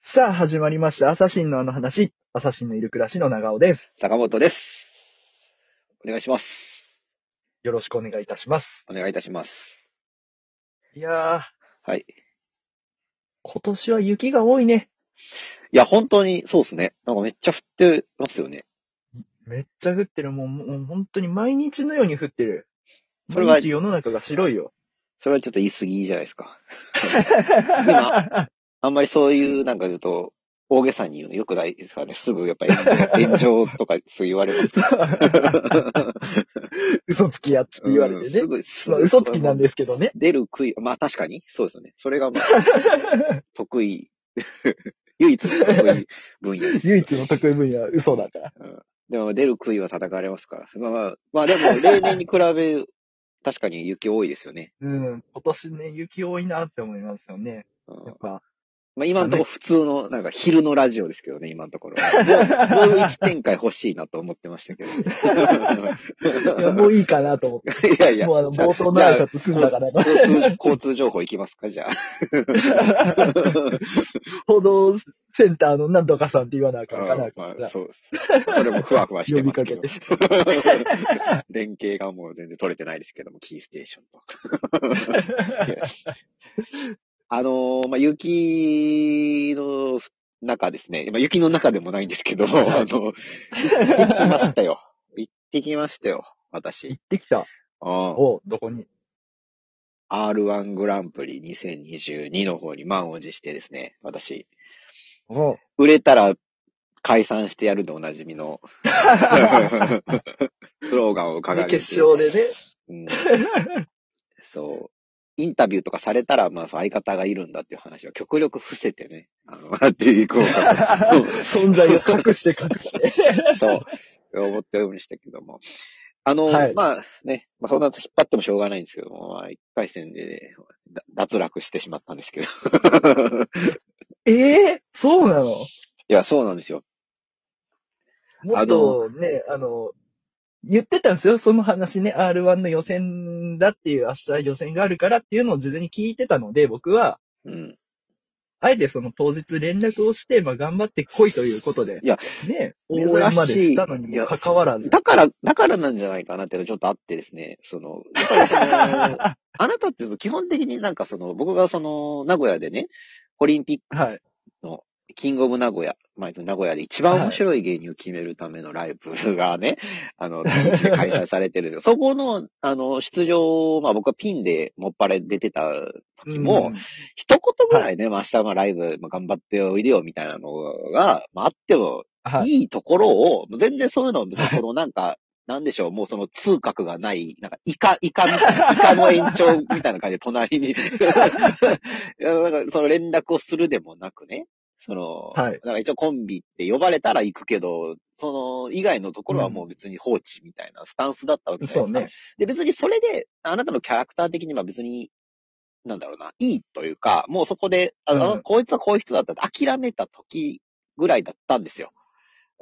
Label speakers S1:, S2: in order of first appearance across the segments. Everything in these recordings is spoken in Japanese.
S1: さあ、始まりました。アサシンのあの話。アサシンのいる暮らしの長尾です。
S2: 坂本です。お願いします。
S1: よろしくお願いいたします。
S2: お願いいたします。
S1: いやー、
S2: はい。い
S1: 今年は雪が多いね。
S2: や、本当にそうですね。なんかめっちゃ降ってますよね。
S1: めっちゃ降ってる。もう、もう本当に毎日のように降ってる。
S2: それは
S1: 毎日世の中が白いよ。
S2: それはちょっと言い過ぎじゃないですか。あんまりそういう、なんか言うと、大げさに言うの良くないですからね。すぐやっぱ り炎上炎上とかそう言われます。
S1: 嘘つきやっつって 言われ
S2: うん
S1: てね
S2: す。ぐ、す
S1: まあ
S2: ぐ
S1: 嘘つきなんですけどね。
S2: 出る杭、まあ確かに、そうですよね。それがまあ、 得意、 唯一の得意分野です。
S1: 唯一の得意分野は嘘だから。
S2: でも出る杭は叩かれますから。まあまあ、まあでも例年に比べ、 確かに雪多いですよね。
S1: うん。今年ね、雪多いなって思いますよね。
S2: うん
S1: やっぱ。
S2: まあ今のところ普通の、なんか昼のラジオですけどね、今のところ。もう、もう一展開欲しいなと思ってましたけど。
S1: いや、もういいかなと思って。
S2: いやいや、
S1: もうあの、
S2: じゃ
S1: 冒頭の挨拶済んだからな。
S2: 交通、交通情報いきますか、じゃあ。
S1: 報道センターのなんとかさんって言わなあかんかな。
S2: ま
S1: じゃ
S2: あ、
S1: あ
S2: そう。それもふわふわしてますけ
S1: 呼
S2: ど
S1: び。
S2: 連携がもう全然取れてないですけども、キーステーションと。 あのーまあ、雪の中ですね。まあ、雪の中でもないんですけど、あの、行ってきましたよ。行ってきましたよ、
S1: 行
S2: 私
S1: っ。てきた。
S2: うん
S1: おうどこ に
S2: R1 グランプリ2022の方に満を持してですね、私。
S1: おう
S2: 売れたら解散してやるでおなじ みの、 スローガンを掲げ
S1: ね
S2: て。
S1: 決勝でね。
S2: うんそう。インタビューとかされたら、まあ、そう相方がいるんだっていう話を極力伏せてね、あの、やっていこ うかと。
S1: 存在を隠して隠して。
S2: そう。思ったようにしたけども。あの、
S1: はい
S2: まあね、まあ、そんな引っ張ってもしょうがないんですけども、まあ、一回戦でね、だ脱落してしまったんですけど。
S1: ええそうなの
S2: いや、そうなんですよ。
S1: もっとね、あの、言ってたんですよ、その話ね。R1 の予選だっていう、明日予選があるからっていうのを事前に聞いてたので、僕は、
S2: うん。
S1: あえてその当日連絡をして、まあ頑張って来いということで。
S2: いや、
S1: ね、
S2: 珍しい
S1: 応援までしたのにもかかわらず。
S2: だから、だからなんじゃないかなっていうのちょっとあってですね、その、だからそ のあなたって基本的になんかその、僕がその、名古屋でね、オリンピッ
S1: はい。
S2: ク、キングオブ名古屋、まあ、名古屋で一番面白い芸人を決めるためのライブが ね、あの、現地で開催されてるん ですよそこの、あの、出場、まあ僕はピンでもっぱら出てた時も、
S1: うん
S2: 一言ぐらいね、まあ明日まあライブまあ頑張っておいでよみたいなのが、まああっても
S1: はい。
S2: いいところを、もう全然そういうの、別にそのなんか、なんでしょう、もうその通覚がない、なんか、イカ、イカみたいな、イカの延長みたいな感じで 隣に、いやなんかその連絡をするでもなくね、その、
S1: はい
S2: なんか一応コンビって呼ばれたら行くけど、その以外のところはもう別に放置みたいなスタンスだったわけじゃない
S1: そ
S2: で
S1: う
S2: すか。
S1: ね。
S2: で、別にそれで、あなたのキャラクター的には別に、なんだろうな、いいというか、もうそこで、あの、
S1: うん
S2: こいつはこういう人だったって諦めた時ぐらいだったんですよ。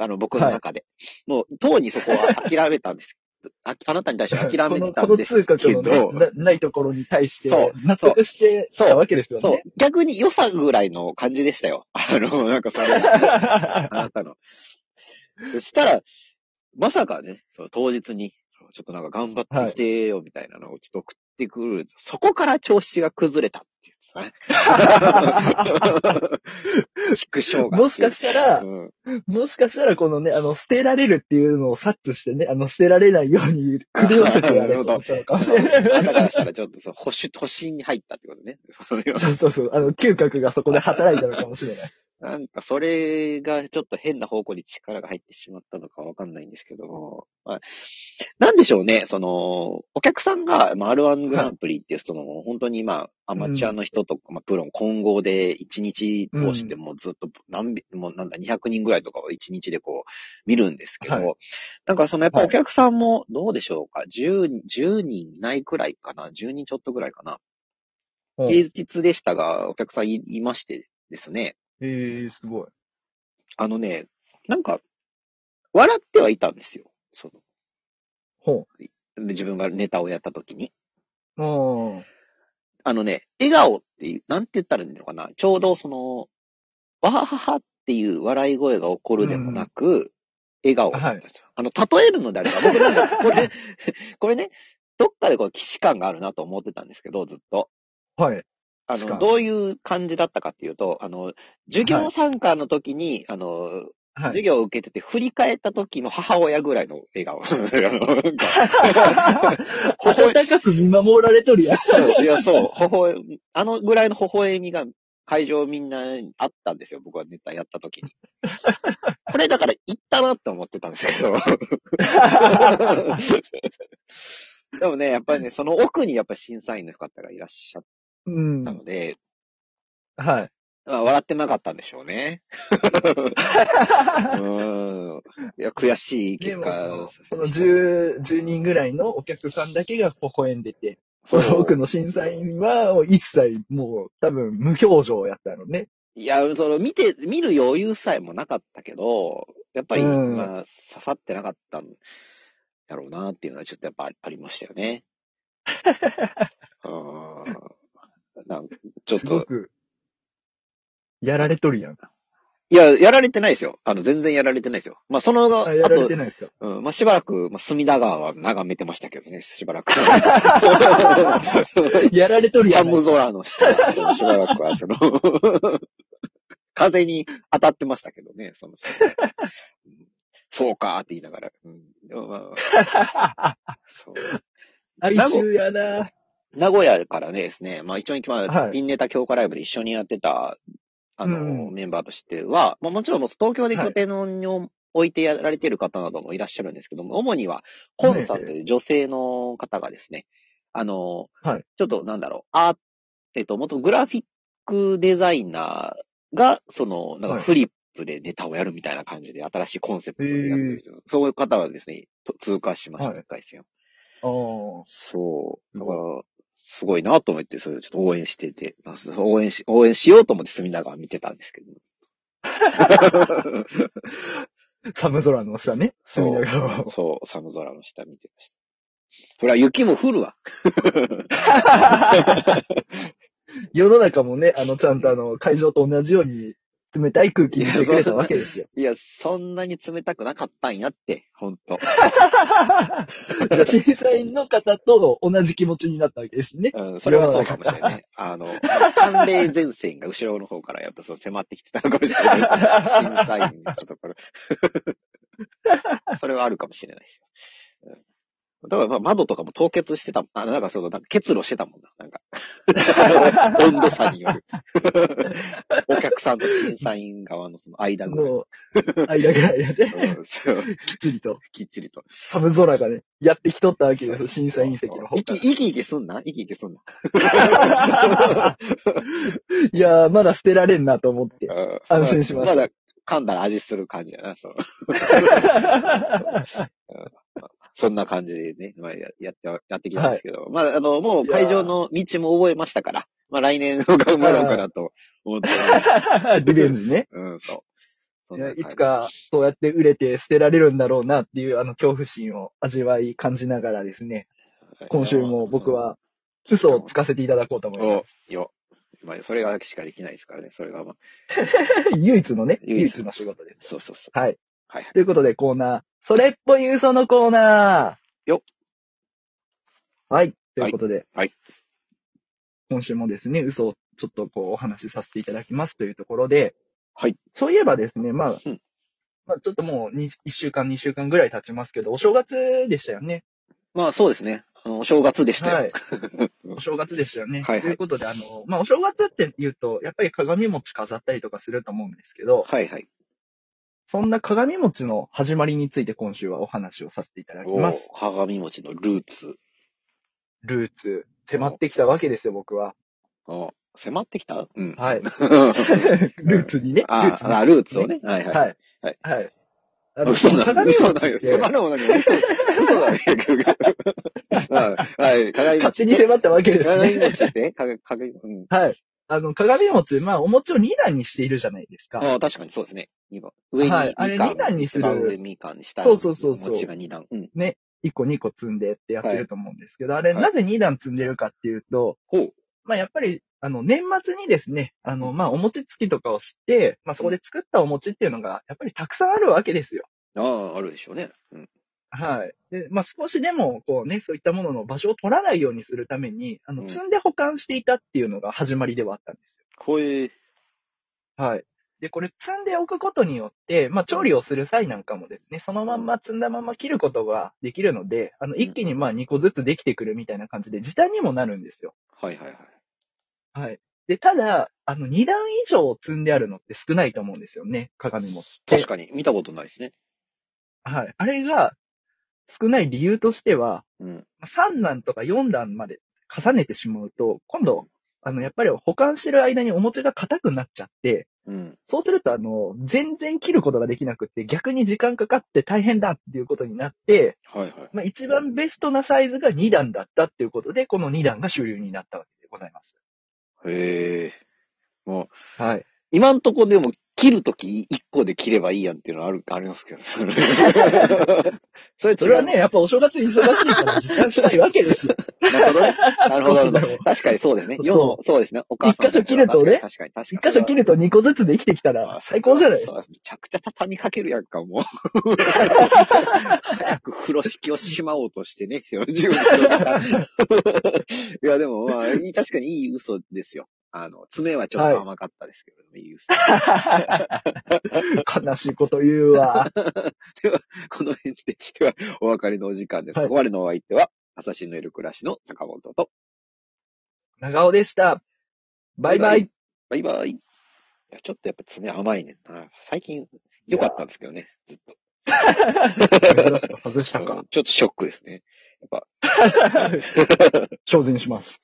S2: あの、僕の中で。もう、とうにそこは諦めたんです。 ああなたに対して諦めてたんです
S1: このこの
S2: け
S1: 通覚の
S2: ど
S1: ね、なないところに対して
S2: そう、
S1: 納得して
S2: そう
S1: たわけですよね。
S2: そう、逆に良さぐらいの感じでしたよ。あの、なんかそれが。 あなたの。そしたら、まさかね、その当日に、ちょっとなんか頑張ってきてよみたいなのをちょっと送ってくる。そこから調子が崩れたっていう ね。縮小が。
S1: もしかしたら
S2: うん
S1: もしかしたらこのね、あの、捨てられるっていうのを察知してね、あの、捨てられないように狂わせてやれと思ったのか
S2: あ
S1: もしれない。
S2: なたからしたらちょっとそう、保守、保身に入ったってことね。
S1: そうそうそう、あの、嗅覚がそこで働いたのかもしれない。
S2: なんかそれがちょっと変な方向に力が入ってしまったのかわかんないんですけども、まあ、なんでしょうね、その、お客さんが、まあ、R1 グランプリっていう、その、本当にまあ、アマチュアの人とか、まあ、プロの混合で1日通して
S1: う
S2: もうずっと何び、もうなんだ、200人ぐらいとかを1日でこう、見るんですけど、
S1: はい
S2: なんかそのやっぱ
S1: はい
S2: お客さんもどうでしょうか、10、10人いないくらいかな、10人ちょっとぐらいかな。
S1: うん
S2: 平日でしたが、お客さんいいましてですね、
S1: ええすごい。
S2: あのね、なんか、笑ってはいたんですよ。そ
S1: ほ
S2: の自分がネタをやった時に。
S1: う。うん。
S2: あのね、笑顔っていう、なんて言ったらいいのかな。ちょうどその、わはははっていう笑い声が起こるでもなく、笑顔だったんですよ。あの、例えるのであれば、僕なんか、これ、 これね、どっかでこう、既視感があるなと思ってたんですけど、ずっと。
S1: はい。
S2: あ
S1: 既視感
S2: の、どういう感じだったかっていうと、あの、授業参加の時に、あの、
S1: は
S2: 授
S1: い。
S2: 業を受けてて、振り返った時の母親ぐらいの笑顔。あのなんか微笑
S1: 温かく見守られとるやん。
S2: そう、いや、 そう、微笑み、あのぐらいの微笑みが会場みんなにあったんですよ、僕はネタやった 時に。これだから行ったなって思ってたんですけ ど。でもね、やっぱりね、その奥にやっぱり審査員の方がいらっしゃっ
S1: うん
S2: た。ので、
S1: はい。
S2: まあ笑ってなかったんでしょうね。うん。いや、悔しい
S1: で
S2: 結
S1: も
S2: 果。、
S1: その10、10人ぐらいのお客さんだけが微笑んでて、
S2: そう
S1: 奥の審査員はもう一切もう多分無表情やったのね。
S2: いや、その、見て、見る余裕さえもなかったけど、やっぱり、
S1: うん
S2: まあ、刺さってなかったんやろうなっていうのは、ちょっとやっぱありありましたよ ね。うーん。なんちょっ
S1: すご
S2: と、
S1: く、やられとるやん。
S2: いや、やられてないですよ。あの、全然やられてないですよ。まあ、その後、
S1: あ、やられ
S2: あ
S1: てないですか
S2: と、うん、まあ、しばらく、まあ、隅田川は眺めてましたけどね、しば らく。
S1: やられとるやん。
S2: 寒空の下なんですよしばらくは、その、風に当たってましたけどね、その、 うんそうかーって言いながら。うん、でもまあまあ そう
S1: 哀愁やな。
S2: 名古屋からねですね、まあ一応に、ま
S1: は
S2: あ、
S1: い
S2: ピンネタ強化ライブで一緒にやってた、あの、
S1: うん
S2: メンバーとしては、まあもちろんもう東京で拠点を置いてやられている方などもいらっしゃるんですけども、主には、コンさんという女性の方がですね、あの、
S1: はい
S2: ちょっとなんだろう、あ、えっと、元グラフィックデザイナーが、その、なんか
S1: はい
S2: フリップでネタをやるみたいな感じで、新しいコンセプトでやってる、そういう方はですね、と通過しました、
S1: はい
S2: 一回戦を
S1: あー
S2: そう。
S1: す
S2: だ
S1: ご
S2: か
S1: い
S2: ら、すごいなと思って、それをちょっと応援してて、まず 応援し、応援しようと思って隅田川見てたんですけど。
S1: 寒空の下ね。
S2: そ
S1: 隅田川を
S2: う。そう、寒空の下見てました。ほら、雪も降るわ。
S1: 世の中もね、あの、ちゃんとあの、会場と同じように冷たい空気にしてくれたわけ ですよ。
S2: いや、そんなに冷たくなかったんやって、ほんと。
S1: じゃあ審査員の方と同じ気持ちになったわけですね。
S2: うん、それはそうかもしれ ないね。あの、寒冷前線が後ろの方からやっぱそう迫ってきてたのかもしれ ないです。審査員のところ。 それはあるかもしれないですよ。うんだからまあ窓とかも凍結してたもん。あなんかその、なんか結露してたもんな。なんか、 温度差による。 お客さんと審査員側のその間ぐらい。
S1: も う、間ぐらいやで、
S2: うんそう
S1: きっちりと、
S2: きっちりと。
S1: 寒空がね、やってきとったわけですよ、審査員席の方
S2: 生
S1: か
S2: き、
S1: ら。
S2: 生き生きすんな生き生きすんな。
S1: いやー、まだ捨てられんなと思って。
S2: うん
S1: 安心しました
S2: まだ噛んだら味する感じやな、そう。そんな感じでね、まあ、ややっては、やってきたんですけど、まあ、あの、もう会場の道も覚えましたから、まあ、来年の頑張ろうかなと思ってます。
S1: リベンジね。
S2: うん、そう。そ
S1: い
S2: んな
S1: や
S2: 感じ
S1: いつ。か、そうやって売れて捨てられるんだろうなっていう、あの、恐怖心を味わい感じながらですね、今週も僕は、嘘をつかせていただこうと思いま
S2: お、よ。まあ、それがしかできないですからね、それがまあ、
S1: す。 唯一のね、
S2: 唯
S1: 唯
S2: 一
S1: 一の仕事です。
S2: そうそうそう。
S1: はい。
S2: はいはい。
S1: ということでコーナー、それっぽい嘘のコーナー
S2: よ
S1: はい。ということで、
S2: はい
S1: 今週もですね、嘘をちょっとこうお話しさせていただきますというところで、
S2: はい。
S1: そういえばですね、まあ、
S2: うん
S1: まあちょっともう1週間、2週間ぐらい経ちますけど、お正月でしたよね。
S2: まあ、そうですね。あの、お正月でしたよ。
S1: はい。 お正月でしたよね。
S2: はいはい
S1: ということで、あの、まあ、お正月って言うと、やっぱり鏡餅飾ったりとかすると思うんですけど、
S2: はいはい。
S1: そんな鏡餅の始まりについて今週はお話をさせていただき
S2: お
S1: ます。
S2: 鏡餅のルーツ。
S1: ルーツ、迫ってきたわけですよ、僕は。
S2: お迫ってきたうん。
S1: はい。ル
S2: あ
S1: ーツにね。ルー
S2: あ
S1: ツに。
S2: あ、ルーツをね。はいはい。
S1: はい。
S2: はい。
S1: はい。あの
S2: 嘘だ、
S1: 鏡
S2: 嘘だ
S1: 餅
S2: よ。
S1: って
S2: 迫るも何も嘘嘘だね。はいはい、鏡
S1: 勝
S2: 餅
S1: 手に迫ったわけです
S2: 鏡
S1: ね。
S2: 餅って鏡、鏡、うん。
S1: はい。あの、鏡餅、まあ、お餅を2段にしているじゃないですか。
S2: ああ、確かにそうですね。二番。上にみかん。
S1: はいあれ二段にする
S2: 一番上みかんに下
S1: そうそうそうそう
S2: 餅が二段。うん。
S1: 1個2個積んでってやってると思うんですけど、あれ
S2: はい
S1: なぜ2段積んでるかっていうと、
S2: ほう。
S1: まあやっぱりあの、年末にですね、あの、まあ、お餅つきとかをして、まあ、そこで作ったお餅っていうのが、やっぱりたくさんあるわけですよ。
S2: ああ、あるでしょうね。うん。
S1: はい。で、まあ、少しでも、こうね、そういったものの場所を取らないようにするために、あ
S2: う
S1: の、
S2: ん
S1: 積んで保管していたっていうのが始まりではあったんですよ。
S2: これ、
S1: はい。で、これ積んでおくことによって、まあ、調理をする際なんかもですね、そのまんま積んだまま切ることができるので、あの、一気にまあ、2個ずつできてくるみたいな感じで、時短にもなるんですよ。
S2: はいはいはい。
S1: はい。で、ただ、あの、2段以上積んであるのって少ないと思うんですよね、鏡餅って。
S2: 確かに、見たことないですね。
S1: はい。あれが、少ない理由としては、
S2: うん。
S1: 3段とか4段まで重ねてしまうと、今度、あの、やっぱり保管してる間にお餅が硬くなっちゃって、
S2: うん。
S1: そうすると、あの、全然切ることができなくて、逆に時間かかって大変だっていうことになって、
S2: はいはい。
S1: まあ、一番ベストなサイズが2段だったっていうことで、この2段が主流になったわけでございます。
S2: へえ。もう、
S1: はい。
S2: 今んとこでも、切るとき1個で切ればいいやんっていうのはある、ありま すけど。それそれ違う
S1: それはね、、やっぱお正月忙しいから時間したいわけですよ。
S2: なるほどね。なるほどなるほ
S1: 少しで
S2: ど。確かにそうですね。
S1: そう
S2: 世の、そうですね。お母さんたちは。
S1: 一箇所切るとね
S2: 確かに、確
S1: 一
S2: かに。
S1: 箇所切ると2個ずつできてきたら最高じゃない
S2: そうめちゃくちゃ畳みかけるやんか、もう。 早く風呂敷をしまおうとしてね、自分 のいや、でもまあ、確かにいい嘘ですよ。あの、爪はちょっと甘かったですけれども、い、い嘘。
S1: 悲しいこと言うわ。
S2: この辺で、では、お別れのお時間です。
S1: はい
S2: ここまでのお相手は、朝日のいる暮らしの坂本と、
S1: 長尾でした。バイバイ。
S2: バイバイ。いや、ちょっとやっぱ爪甘いねんな。最近、良かったんですけどね、ずっと。
S1: 珍しく外した
S2: う
S1: か
S2: ん。ちょっとショックですね。やっぱ、
S1: 精進します。